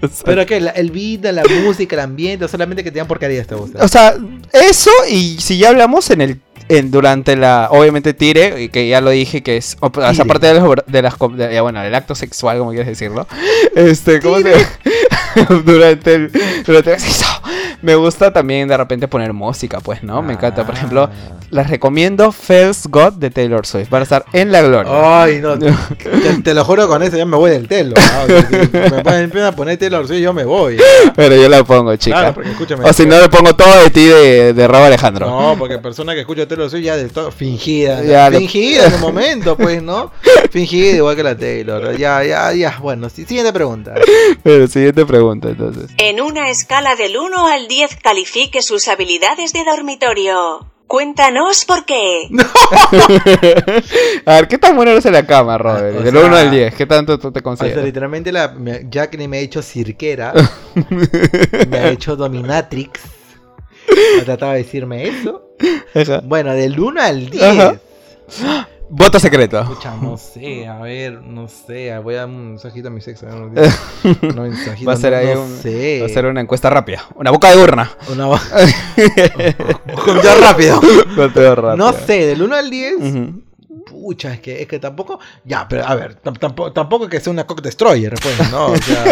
B: O sea,
E: Pero que la- el beat, la música, el ambiente, o solamente que te dan porquerías te gusta.
B: O sea, eso y si ya hablamos en el en- durante la obviamente tire y que ya lo dije que es o- esa
E: Tire.
B: parte de, las de las com- de- ya, bueno del acto sexual como quieres decirlo este cómo se durante el durante el sexo me gusta también de repente poner música pues no me encanta por ejemplo
E: Ah.
B: les recomiendo First God de Taylor Swift van a estar en la gloria
E: Ay, no, te, te lo juro con eso, ya me voy del telo. ¿ah? O sea, si me ponen- empiezan a poner telo, sí, yo me voy.
B: pero yo la pongo
E: Claro,
B: chica
E: porque escúchame.
B: o si no le pongo todo de ti de, de Rob Alejandro
E: No, porque persona que escucha Taylor Swift ya de todo fingida.
B: Ya, lo-
E: fingida en el momento, pues, ¿no? Fingida igual que la Taylor. Ya, ya, ya. Bueno, sí, siguiente pregunta.
B: pero siguiente pregunta entonces
A: En una escala del 1 al 10 califique sus habilidades de dormitorio. Cuéntanos por qué.
B: a ver, ¿qué tan bueno eres en la cama, Robert?
E: O
B: Del
E: sea,
B: 1 al 10, ¿qué tanto tú te
E: O sea,
B: consideras?
E: literalmente la, me- Jacqueline me ha hecho cirquera, me ha hecho dominatrix. No trataba de decirme eso.
B: Ajá.
E: Bueno, del 1 al 10.
B: Ajá. Voto secreto.
E: Pucha, no sé, a ver, no sé, voy a un mensajito a mi sexo. No, no mensajito,
B: Va a ser
E: no-
B: ahí
E: no
B: un-
E: sé.
B: Va a ser una encuesta rápida. Una boca de urna.
E: Una voz. Yo rápido.
B: Conteo rápido.
E: No sé, del 1 al 10.
B: Ujú.
E: Pucha, es que, es que tampoco. Ya, pero a ver, tam- tampoco, tampoco que sea una Cock Destroyer, pues, ¿no? O sea.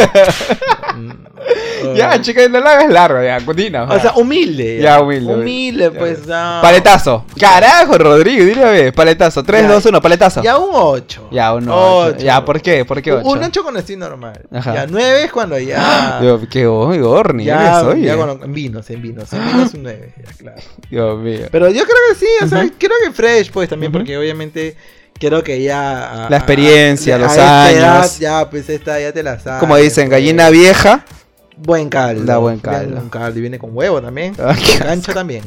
E: mm, eh,
B: Ya, chica, no la hagas larga, ya, continúa.
E: O sea, humilde.
B: Ya, humilde,
E: Humilde, pues.
B: Ah.
E: Ya,
B: Paletazo. Carajo, Rodrigo, dile a ver. Paletazo. 3,
E: Ya.
B: 2, 1, paletazo. Ya,
E: Ya un 8.
B: un
E: Ocho.
B: 8. Ya, ¿por qué? ¿Por qué 8?
E: Un 8 cuando estoy normal.
B: Ajá.
E: Ya 9 es cuando ya.
B: Dios, qué hor- horny
E: ya,
B: eres, oye.
E: ya cuando- en vinos, en vinos. En vinos un 9, ya, claro.
B: Dios mío.
E: Pero yo creo que sí, o sea,
B: Ujú.
E: creo que fresh, pues también,
B: Ujú.
E: porque obviamente creo que ya. a-
B: La experiencia,
E: a- a
B: los
E: esta edad,
B: años.
E: ya, pues esta ya te la sabes.
B: Como dicen,
E: pues.
B: gallina vieja.
E: Buen caldo.
B: Da buen
E: Bien,
B: caldo.
E: buen caldo. Y viene con huevo también.
B: Ah, qué
E: Gancho también.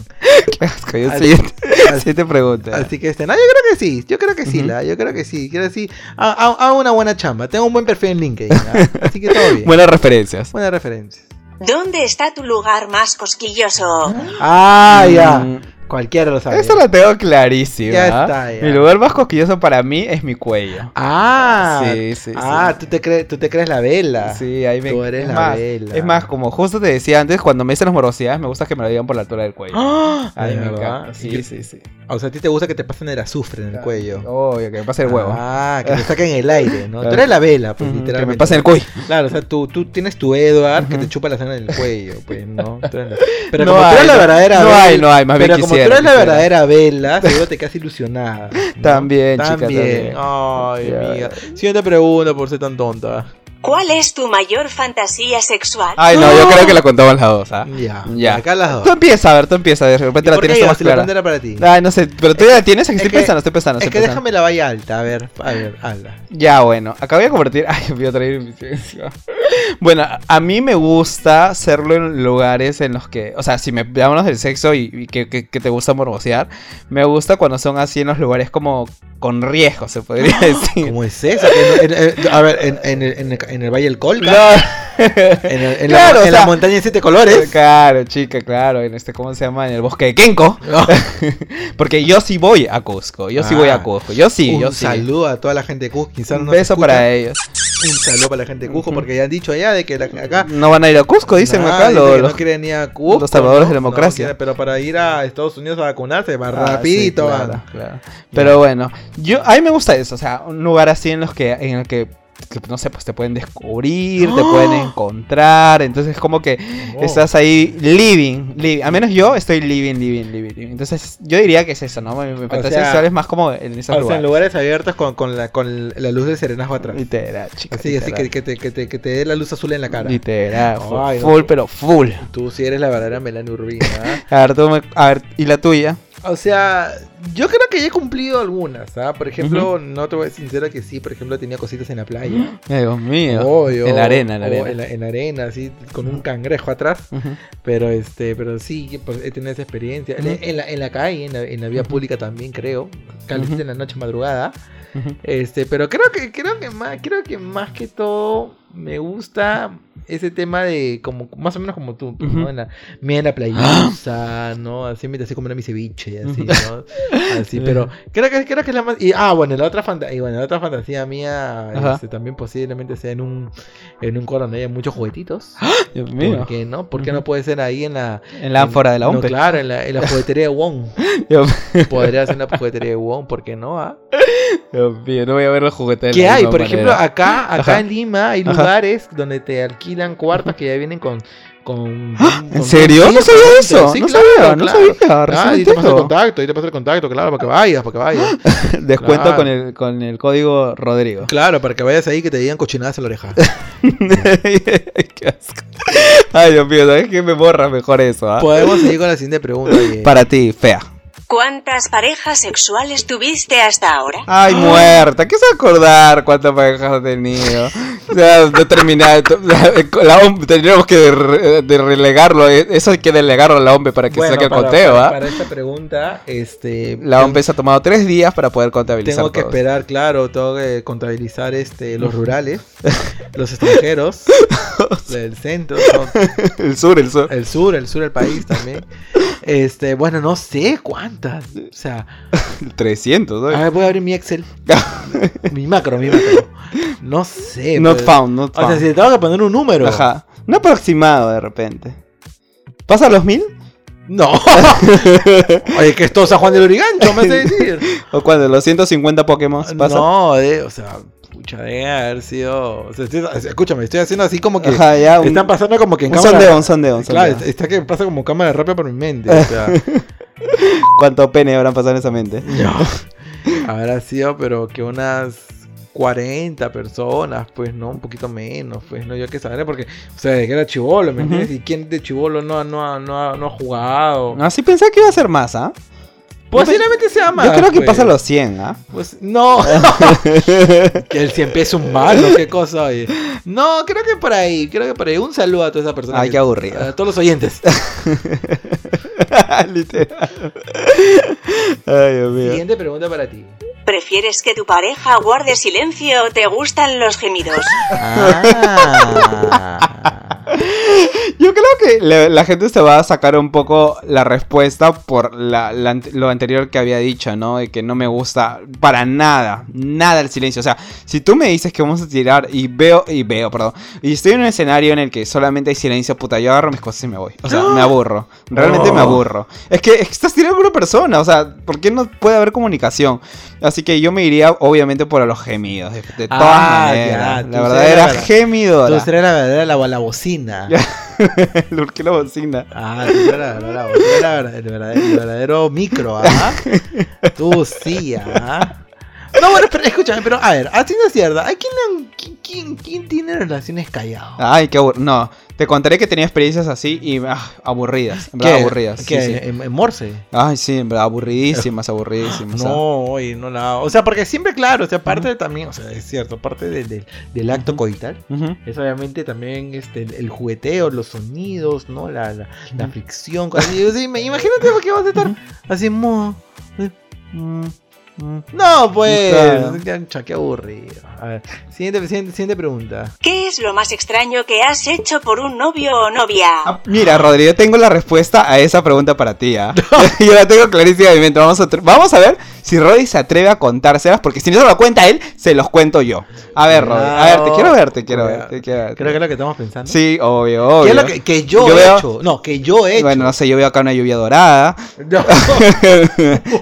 B: Qué asco, yo
E: Al-
B: siguiente,
E: al-
B: siguiente pregunta.
E: Así que este, no, yo creo que sí, yo creo que sí,
B: Ujú.
E: la, yo creo que sí, quiero decir, ha- ha- hago una buena chamba, tengo un buen perfil en LinkedIn, ¿ah? así que todo bien.
B: Buenas referencias.
E: Buena referencia.
A: ¿Dónde está tu lugar más cosquilloso?
E: Ah, ya.
B: Mm.
E: Cualquiera lo sabe.
B: Esa la tengo clarísima.
E: Ya está, ya.
B: Mi lugar más cosquilloso para mí es mi cuello.
E: Ah,
B: Sí, sí,
E: ah,
B: sí.
E: Tú, te crees, tú te crees la vela.
B: Sí, ahí me
E: Tú eres
B: es
E: la
B: más,
E: vela.
B: Es más, como justo te decía antes, cuando me dicen las morosidades, me gusta que me lo digan por la altura del cuello.
E: Ah, ¿de
B: Ay, me
E: verdad?
B: encanta. Sí,
E: Yo-
B: sí, sí.
E: O sea, a ti te gusta que te pasen el azufre en el cuello.
B: Obvio, que me pase el huevo.
E: Ah, que te saquen el aire, ¿no? Tú
B: Claro.
E: eres la vela, pues,
B: Ujú, que
E: literalmente.
B: me pase el cuy.
E: Claro, o sea, tú, tú tienes tu Edward que te chupa la sangre en el cuello, pues, ¿no? Tú eres la- Pero
B: No
E: como tú
B: hay,
E: eres la
B: no-
E: verdadera
B: no
E: vela.
B: hay, no hay, más bien
E: Pero como
B: quisiera,
E: tú eres la
B: quisiera.
E: verdadera vela, seguro te quedas ilusionada. ¿no?
B: También, chica, también.
E: Ay,
B: Ya.
E: amiga. Siguiente pregunta por ser tan tonta.
A: ¿Cuál es tu mayor fantasía sexual?
B: Ay, no, yo creo que la contaban las dos, ¿ah?
E: Ya.
B: Ya.
E: Acá las dos.
B: Tú empieza, a ver, tú empieza, de
E: ¿Y
B: repente la
E: por qué
B: tienes Ah, tú
E: yo?
B: más
E: Si la
B: clara.
E: pregunta era para ti.
B: Ay, no sé, pero tú ya la tienes, aquí
E: es
B: estoy
E: que-
B: pensando, estoy pensando,
E: es
B: estoy
E: que
B: pensando.
E: déjame la valla alta, a ver, a ver, hazla.
B: Ya, bueno, acá voy a convertir. Ay, voy a traer mi silencio. Bueno, a- a mí me gusta hacerlo en lugares en los que. O sea, si me hablamos del sexo y, y que, que- que te gusta morbosear, me gusta cuando son así en los lugares como con riesgo, se podría decir.
E: ¿Cómo es eso? En- en- en- a ver, en, en el, en el- en el Valle del Colca,
B: No.
E: en, el- en la,
B: Claro, o
E: en la
B: sea-
E: montaña de siete colores.
B: Claro, chica, claro. En este, ¿cómo se llama? En el bosque de Kenko. Porque yo sí voy a Cusco. Yo sí voy a
E: Ah.
B: Cusco. Yo sí,
E: un
B: yo sí.
E: saludo a toda la gente de Cusco. Quizás
B: Un
E: no
B: beso
E: nos escucha.
B: para ellos.
E: Un saludo para la gente de Cusco, porque ya han dicho allá de que la- acá.
B: No van a ir a Cusco, dicen
E: Nada,
B: acá.
E: Ah, dice
B: lo-
E: que
B: los-
E: no quieren ir a Cusco.
B: los salvadores
E: ¿no?
B: de la
E: No,
B: democracia.
E: quieren, pero para ir a Estados Unidos a vacunarse, va
B: Ah,
E: rapidito.
B: sí,
E: van.
B: claro, claro. Pero bueno, yo a mí me gusta eso, o sea, un lugar así en los que en el que que, no sé, pues te pueden descubrir, te
E: ¡Ah!
B: pueden encontrar, entonces es como que
E: Oh.
B: estás ahí living, living, al menos yo estoy living, living, living, living. entonces yo diría que es eso, ¿no? Mi, mi fantasía
E: sea,
B: sexual es más como en esos
E: O sea, en
B: lugares.
E: lugares abiertos con, con la, con la luz de serenazgo atrás.
B: Literal, chicas.
E: Así, así que, que te, que, te, que te dé la luz azul en la cara.
B: Literal, fu-
E: Ay, no.
B: full, pero full.
E: Tú sí eres la verdadera Melanie Urbina.
B: A ver, tú me- a ver, ¿y la tuya?
E: O sea, yo creo que ya he cumplido algunas, ¿ah? Por ejemplo, no te voy a ser sincero que sí, por ejemplo, tenía cositas en la playa.
B: Ay, Dios mío.
E: Obvio.
B: en la arena, en la
E: O
B: arena.
E: En la, en la arena, así, con un cangrejo atrás.
B: Ujú.
E: Pero este, pero sí, que, pues, he tenido esa experiencia. En-
B: Ujú.
E: en, la, en la calle, en la, en la vía pública también, creo. Caliente
B: Ujú.
E: en la noche madrugada.
B: Ujú.
E: Este, pero creo que, creo que más, creo que más que todo me gusta ese tema de como, más o menos como tú, pues,
B: Ujú. ¡Ah!
E: ¿no? En la, mira en la playiza, ¿no? Así mientras estoy comiendo mi ceviche, así, ¿no? Así, pero creo que, creo que es la más, y, ah, bueno, la otra fantasía, y bueno, la otra fantasía mía,
B: Ajá.
E: este, también posiblemente sea en un, en un coro donde haya muchos juguetitos.
B: Dios mío.
E: ¿Por qué no? ¿Por qué
B: ¡Ah! Ujú.
E: no puede ser ahí en la,
B: En la ánfora de la
E: no,
B: OMPE.
E: claro, en la, en la juguetería de Wong.
B: Dios
E: Podría ser en la juguetería de Wong, ¿por qué no? ah?
B: Dios mío, no voy a ver los juguetes. de
E: ¿Qué
B: la
E: hay?
B: misma
E: Por ejemplo,
B: manera.
E: acá, acá
B: Ajá.
E: en Lima hay
B: Ajá.
E: lugares donde te alquilan cuartos que ya vienen con. con,
B: ¿Ah? ¿En serio? No sabía eso. no sabía, no sabía.
E: Ah,
B: Recién
E: y te paso el
B: entiendo.
E: contacto, y te paso el contacto, claro, para que vayas, para que vayas.
B: Descuento
E: Claro.
B: con, el, con el código Rodrigo.
E: Claro, para que vayas ahí que te digan cochinadas en la oreja.
B: Qué asco. Ay, Dios mío, ¿sabes qué me borra mejor eso? ah?
E: Podemos seguir con la siguiente pregunta. oye.
B: Para ti, fea.
A: ¿Cuántas parejas sexuales tuviste hasta ahora?
B: Ah. Ay, muerta. ¿Qué se va a acordar cuántas parejas has tenido? O sea, no terminar. La OMB, tendríamos que de- de relegarlo. eh, Eso hay que delegarlo a la OMB para que
E: Bueno,
B: saque el
E: para-
B: conteo,
E: para,
B: ¿ah?
E: para esta pregunta, este,
B: La OMB se ha tomado tres días para poder contabilizar.
E: tengo que
B: todos.
E: esperar, claro, tengo que contabilizar este, los rurales, los extranjeros, el centro, no,
B: El sur, el sur.
E: el sur, el sur del país también. Este, bueno, no sé cuántas. O sea,
B: 300, ¿no?
E: a ver, voy a abrir mi Excel.
B: Ah,
E: mi macro, mi macro. No sé.
B: Not
E: pues.
B: found, not
E: O
B: found.
E: sea, si tengo que poner un número.
B: Ajá. Un aproximado de repente. ¿Pasa los mil?
E: No. Oye, que es todo San Juan del Urigancho, me hace decir.
B: ¿O cuando los 150 Pokémon pasan?
E: No, eh, o sea, pucha, debe haber sido. o sea, estoy- o sea, escúchame, estoy haciendo así como que.
B: Ajá, ya. Un,
E: están pasando como que en
B: un
E: cámara.
B: sondeo, un sondeo, un
E: claro,
B: sondeo.
E: está, está que pasa como cámara rápida por mi mente. O sea,
B: ¿Cuánto pene habrán pasado en esa mente?
E: no. Habrá sido, pero que unas 40 personas, pues no, un poquito menos, pues no, yo qué sabré, porque, o sea, desde que era chivolo, ¿me
B: Ujú.
E: entiendes? Y quién de chivolo no, ha- no, ha- no, ha- no ha jugado.
B: Así pensaba que iba a ser más, ¿ah?
E: Posiblemente sea más.
B: Yo creo que
E: pues.
B: pasa los 100, ¿ah?
E: Pues no. que el siempre es un malo, qué cosa, oye. No, creo que por ahí, creo que por ahí. Un saludo a toda esa persona.
B: Ay,
E: que-
B: qué aburrido.
E: A todos los oyentes.
B: Literal. Ay, Dios mío.
E: Siguiente pregunta para ti.
A: ¿Prefieres que tu pareja guarde silencio o te gustan los gemidos?
B: Yo creo que la, la gente se va a sacar un poco la respuesta por la- la ant- lo anterior que había dicho, ¿no? De que no me gusta para nada, nada el silencio. O sea, si tú me dices que vamos a tirar y veo, y veo, perdón, y estoy en un escenario en el que solamente hay silencio, puta, yo agarro mis cosas y me voy. O sea, me aburro. Realmente me
E: Oh.
B: aburro. Es que es que estás tirando a una persona, o sea, ¿por qué no puede haber comunicación? Así que yo me iría, obviamente, por los gemidos. De, de todas
E: Ah, ya,
B: maneras.
E: tú
B: la
E: serías
B: verdadera
E: la verdad-
B: gemidora.
E: Tú serás la verdadera la, la bocina.
B: ¿Por qué la bocina?
E: Ah, tú serás la verdadera la bocina, la verdad- el verdadero, el verdadero micro, ¿ah? Tú sí, ¿ah? No, bueno, pero escúchame, pero a ver, haciendo cierta, ¿a quién, le han- quién, quién, quién tiene relaciones calladas?
B: Ay, qué aburrido. No, te contaré que tenía experiencias así y ah, aburridas. En
E: ¿Qué?
B: verdad, aburridas. sí,
E: ¿Qué?
B: sí.
E: ¿En- en Morse?
B: Ay, sí, en verdad, aburridísimas, aburridísimas. ah.
E: No, oye, no la. O sea, porque siempre, claro, o sea, aparte también, o sea, es cierto, aparte de- de- del acto coital,
B: ah. Ujú.
E: es obviamente también este, el, el jugueteo, los sonidos, ¿no? La, la, la fricción. cosas así. O sea, ima- imagínate que vas a estar así, mo. eh, mm, mm. No, pues.
B: Claro.
E: cancha, qué aburrido. A ver, siguiente, siguiente, siguiente pregunta.
A: ¿Qué es lo más extraño que has hecho por un novio o novia?
B: Ah, Mira, Rodrigo, tengo la respuesta a esa pregunta para ti. ¿ah? Yo la tengo clarísima en mi mente. Vamos a, tr- vamos a ver si Rodri se atreve a contárselas, porque si no se lo cuenta él, se los cuento yo. A ver, Rodri, a ver, te quiero ver, te quiero ver, te quiero ver.
E: Creo que es lo que estamos pensando.
B: Sí, obvio, obvio.
E: ¿Qué es lo que, que yo,
B: Yo
E: he
B: veo-
E: hecho? No, que yo he hecho.
B: Bueno, no sé, yo veo acá una lluvia dorada.
E: No.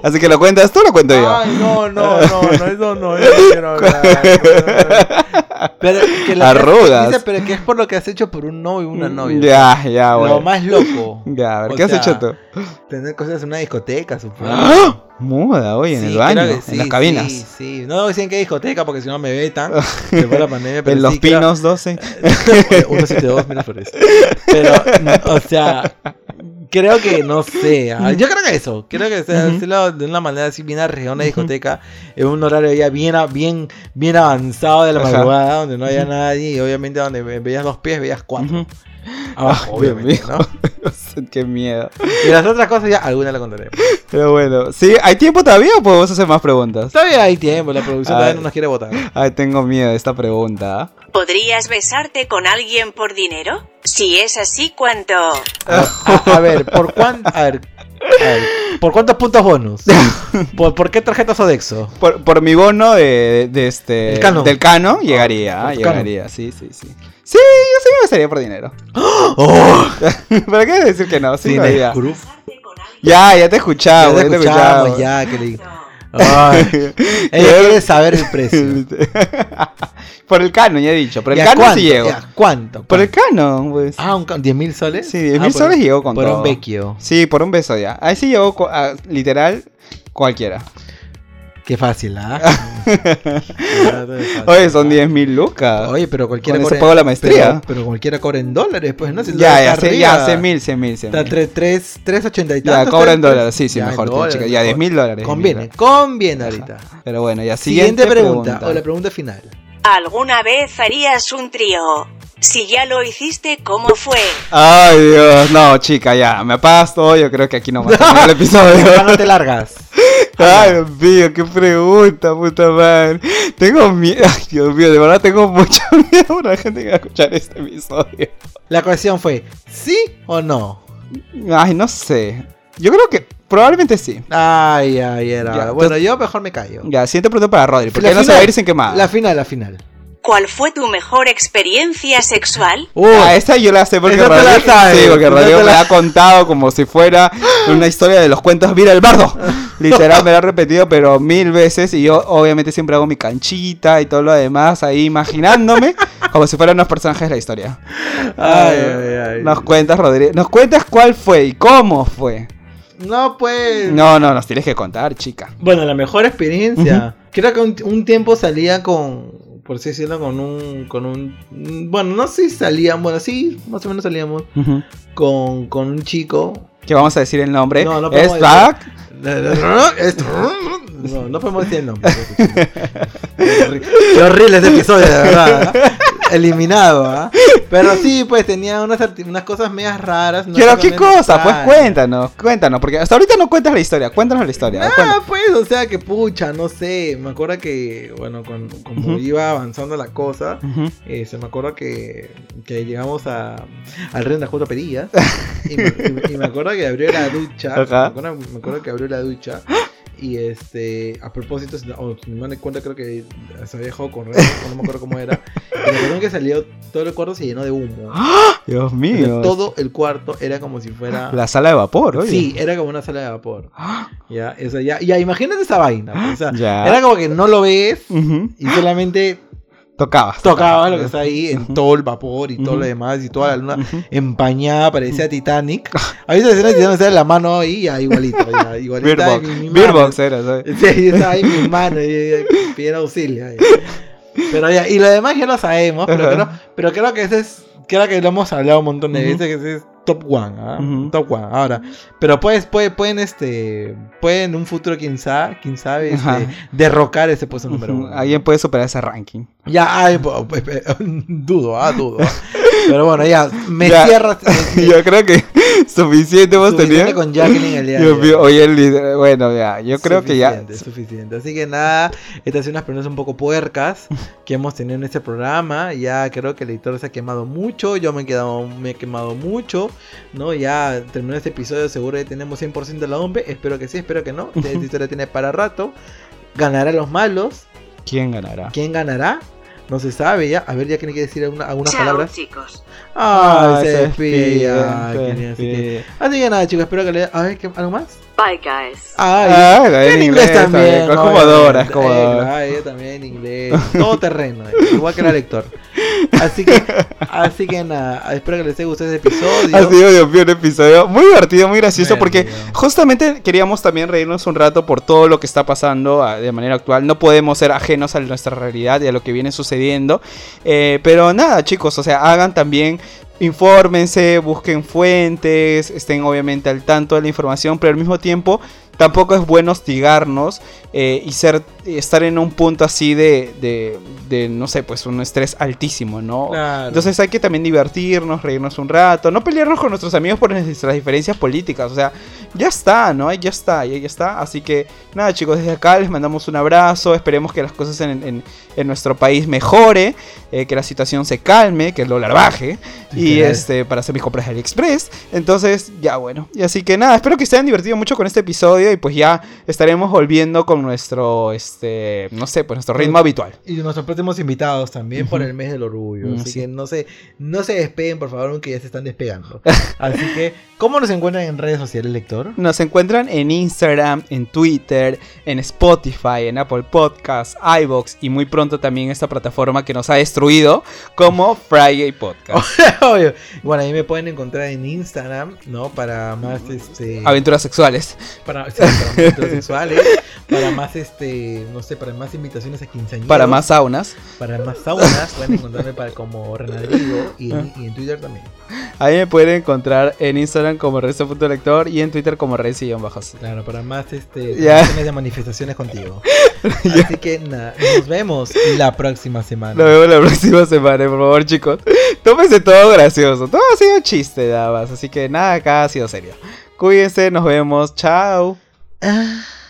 B: Así que lo cuentas tú o lo cuento yo.
E: Ay, no, no, no, no, eso no, yo no quiero hablar. Pero que lo que-
B: Arrugas.
E: dice, pero que es por lo que has hecho por un novio y una novia.
B: Mm, Ya, ya, bueno.
E: Lo más loco.
B: Ya, a ver,
E: O
B: ¿qué has
E: sea,
B: hecho tú?
E: Tener cosas en una discoteca, supongo.
B: ¡Ah! Muda, oye, en
E: Sí,
B: el baño,
E: creo que sí,
B: en las cabinas.
E: Sí, sí. No dicen que discoteca porque si no me vetan. Después la pandemia. pero
B: En los
E: sí, Eh, creo-
B: pinos 12.
E: 172 menos flores. Pero, mm, o sea, creo que no sé. ah, Yo creo que eso. Creo que o sea,
B: Ujú.
E: hacerlo de una manera así bien arriba, una discoteca, en un horario ya bien, a- bien, bien avanzado de la
B: Ajá.
E: madrugada, donde no había nadie y obviamente donde ve- veías dos pies, veías cuatro.
B: Ujú.
E: Abajo,
B: Ay, Dios
E: obviamente,
B: mío.
E: ¿no?
B: Qué miedo.
E: Y las otras cosas ya alguna la contaré.
B: Pero bueno, ¿sí? ¿hay tiempo todavía o podemos hacer más preguntas?
E: Todavía hay tiempo, la producción
B: Ay.
E: todavía no nos quiere votar.
B: Ay, tengo miedo de esta pregunta. ¿ah?
A: ¿Podrías besarte con alguien por dinero? Si es así, ¿cuánto?
E: A, a ver, ¿por cuán, a ver, a ver, ¿por cuántos puntos bonus? ¿Por, por qué tarjetas Sodexo?
B: Por, por mi bono de, de este,
E: El Canon.
B: del cano, llegaría,
E: por
B: ah,
E: tu
B: llegaría, sí, sí, sí. Sí, yo sí me besaría por dinero. Oh, ¿Para qué decir que no? Sí,
E: Sin
B: lo haría.
E: escrúpulos.
A: ¿Besarte con alguien?
B: Ya, ya te escuchaba,
E: ya
B: Ah, ya
E: te
B: te
E: escuchamos,
B: escuchaba.
E: ya, que le...
A: No.
E: Ay, ella quiere saber el precio.
B: por el canon, ya he dicho. Por el
E: ¿Y a
B: canon
E: cuánto?
B: sí llego.
E: ¿Y a ¿Cuánto?
B: Por el canon, pues.
E: Ah, un ca- ¿10 mil soles?
B: Sí, 10.000
E: Ah, por-
B: soles llegó con
E: Por
B: todo.
E: un vecchio.
B: Sí, por un beso ya. Ahí sí llegó cu- a- literal cualquiera.
E: Qué fácil, ¿ah? Ah, todo es fácil,
B: Oye, son
E: ah.
B: 10 mil lucas.
E: Oye, pero cualquiera
B: Con eso
E: cobra-
B: pago la maestría.
E: Pero, pero cualquiera cobra en dólares, pues, ¿no? Si el
B: ya,
E: dólar
B: ya,
E: está
B: sé, ya,
E: arriba,
B: sé mil, sé mil, sé
E: Está
B: mil.
E: 3, 3.80 y
B: Ya,
E: tantos,
B: cobra en
E: tres-
B: dólares, sí, sí,
E: Ya, en
B: mejor,
E: dólares,
B: chica. Ya,
E: mejor.
B: 10 mil dólares.
E: Conviene,
B: mira.
E: conviene ahorita.
B: Pero bueno, ya,
E: Siguiente, pregunta, o la pregunta final.
A: ¿Alguna vez harías un trío? Si ya lo hiciste, ¿cómo fue?
B: Ay, Dios, no, chica, ya, me apagas todo, yo creo que aquí no va a terminar el
E: Para
B: episodio.
E: no te largas.
B: Ay, Dios mío, qué pregunta, puta madre. Tengo miedo, ay, Dios mío, de verdad tengo mucho miedo por la gente que va a escuchar este episodio.
E: La cuestión fue, ¿sí o no?
B: Ay, no sé. Yo creo que probablemente sí.
E: Ay, ay, era.
B: Ya,
E: bueno, yo mejor me callo.
B: Ya, siguiente pregunta para Rodri, porque
E: La
B: él no se
E: final,
B: va a ir sin quemar.
E: La final, la final.
A: ¿Cuál fue tu mejor experiencia sexual?
E: Uy,
B: Ah, esta yo la sé porque
E: Oh. Esa te la
B: Rodrigo,
E: sabes,
B: sí, porque
E: esa te
B: Rodrigo me
E: la-
B: la ha contado como si fuera una historia de los cuentos Mira el Bardo. Literal me la ha repetido pero mil veces y yo obviamente siempre hago mi canchita y todo lo demás ahí imaginándome como si fueran los personajes de la historia.
E: ay, ay, ay.
B: Nos cuentas Rodrigo, nos cuentas cuál fue y cómo fue.
E: No, pues.
B: No, no, nos tienes que contar, chica.
E: Bueno, la mejor experiencia. Creo que un, un tiempo salía con. Por así decirlo, con un. con un. mm, Bueno, no sé si salíamos, bueno, sí, más o menos salíamos.
B: Ujú.
E: Con, con un chico.
B: Que vamos a decir el nombre.
E: No, no podemos
B: es
E: decir.
B: Zack.
E: Es- No, no podemos decir el nombre. Qué horrible ese episodio, de verdad. ¿ah? Eliminado, ¿ah? Pero sí, pues tenía unas, arti- unas cosas medias raras. no
B: Pero qué
E: solamente-
B: cosa, pues
E: Claro.
B: cuéntanos, cuéntanos, porque hasta ahorita no cuentas la historia, cuéntanos la historia. cuéntanos.
E: Ah, pues, o sea que pucha, no sé. Me acuerdo que, bueno, con- como
B: Ujú.
E: iba avanzando la cosa,
B: Ujú.
E: eh, se me acuerdo que, que llegamos a, al Renda Justo Perillas. y, me, y me- y me acuerdo que abrió la ducha.
B: Ajá.
E: Me, acuerdo, me acuerdo que abrió la ducha. Y este, a propósito, si no- o si no me doy cuenta, creo que se había dejado con Renda, no me acuerdo cómo era. Y me acuerdo que salió, todo el cuarto se llenó de humo.
B: Ah, Dios
E: O sea,
B: mío.
E: todo el cuarto era como si fuera.
B: La sala de vapor, oye.
E: Sí, era como una sala de vapor. Ya, o sea, ya, ya imagínate esa vaina. pues, o sea,
B: Ya. Ah.
E: era como que no lo ves
B: Ujú.
E: y solamente
B: Tocabas.
E: tocaba lo que está ahí en todo el vapor y todo
B: Ujú.
E: lo demás y toda la luna
B: Ujú.
E: empañada, parecía Titanic. A veces escenas que me sale la mano ahí, ya igualito, ya, igualito.
B: Beer
E: ahí,
B: box.
E: mi- mi
B: Beer
E: mano.
B: box era, ¿sabes?
E: Sí, estaba ahí mi mano y, y pidiendo auxilio. ahí. Pero ya, y lo demás ya lo sabemos, pero,
B: Ajá.
E: creo, pero creo que ese es, creo que lo hemos hablado un montón de
B: Ujú.
E: veces, que ese es top one, ¿ah?
B: Ujú.
E: top one, ahora. Pero pues, puede, pueden, este, pueden en un futuro, quién sabe, quién sabe, este,
B: Ajá.
E: derrocar ese puesto número
B: Ujú.
E: uno.
B: Alguien puede superar ese ranking.
E: Ya, ay, po- pe- pe- dudo, ah, dudo. Pero bueno, ya, me
B: Ya.
E: cierras. me- me-
B: Yo creo que suficiente hemos
E: suficiente
B: tenido.
E: con Jacqueline el día de
B: Dios
E: hoy.
B: mío, oye, el líder- Bueno, ya, yo creo que ya.
E: Suficiente, Suficiente. Así que nada, estas son unas preguntas un poco puercas que hemos tenido en este programa. Ya creo que el editor se ha quemado mucho, yo me he, quedado, me he quemado mucho, ¿no? Ya terminó este episodio, seguro que tenemos 100% de la hombre. Espero que sí, espero que no. Esta historia tiene para rato. ¿Ganará los malos?
B: ¿Quién ganará?
E: ¿Quién ganará? No se sabe ya. A ver, ya que quiere decir alguna- algunas
A: Chao,
E: palabras.
A: chicos.
B: Ah,
E: Ay, se
B: despilla,
E: despilla. Ay,
B: se
E: qué bien, así ah, que-
B: despide.
E: Así que nada, chicos, espero que le. A ver, ¿qué- ¿algo más?
A: Bye, guys.
E: Ay,
B: Ah,
E: yo en inglés, también.
B: Es como
E: obviamente.
B: Dora, es como
E: Eh,
B: Dora.
E: ay, yo también en inglés. Todo terreno, eh, igual que la lector. Así que, así que nada, espero que les haya gustado este episodio.
B: Ha sido, Dios mío, un episodio muy divertido, muy gracioso,
E: Bueno,
B: porque
E: ya.
B: justamente queríamos también reírnos un rato por todo lo que está pasando ah, de manera actual. No podemos ser ajenos a nuestra realidad y a lo que viene sucediendo. Eh, pero nada, chicos, o sea, hagan también, infórmense, busquen fuentes, estén obviamente al tanto de la información, pero al mismo tiempo tampoco es bueno hostigarnos eh, y ser, estar en un punto así de, de, de, no sé, pues un estrés altísimo, ¿no?
E: Claro.
B: Entonces hay que también divertirnos, reírnos un rato, no pelearnos con nuestros amigos por nuestras diferencias políticas. O sea, ya está, ¿no? Ya está, ya, ya está. Así que nada, chicos, desde acá les mandamos un abrazo. Esperemos que las cosas en, en- en nuestro país mejore, eh, que la situación se calme, que el dólar baje. Y
E: Literal.
B: este, para hacer mis compras de AliExpress. Entonces, ya bueno. Y así que nada, espero que se hayan divertido mucho con este episodio. Y pues ya estaremos volviendo con nuestro, este, no sé, pues nuestro ritmo habitual.
E: Y nuestros próximos invitados también por el mes del orgullo.
B: Mm,
E: Así
B: sí.
E: que no se, no se despeguen, por favor, aunque ya se están despegando. Así que, ¿cómo nos encuentran en redes sociales, lector?
B: Nos encuentran en Instagram, en Twitter, en Spotify, en Apple Podcasts, iBox y muy pronto también esta plataforma que nos ha destruido como Friday Podcast.
E: Obvio. Bueno, ahí me pueden encontrar en Instagram, ¿no? Para más este.
B: Aventuras sexuales.
E: para, sí, para más heterosexuales, para más este, no sé, para más invitaciones a quinceañeros,
B: Para más saunas.
E: para más saunas, pueden encontrarme para como Renadrigo y,
B: Ah.
E: en- y en Twitter también.
B: Ahí me pueden encontrar en Instagram como Renzo.lector y en Twitter como Renzo-bajo.
E: Claro, para más este
B: Ya.
E: transmisiones de manifestaciones contigo. Así que nada, nos vemos la próxima semana.
B: Nos vemos la próxima semana, por favor, chicos. Tómense todo gracioso. Todo ha sido chiste, nada más. Así que nada, acá ha sido serio. Cuídense, nos vemos. Chao.
E: Ah.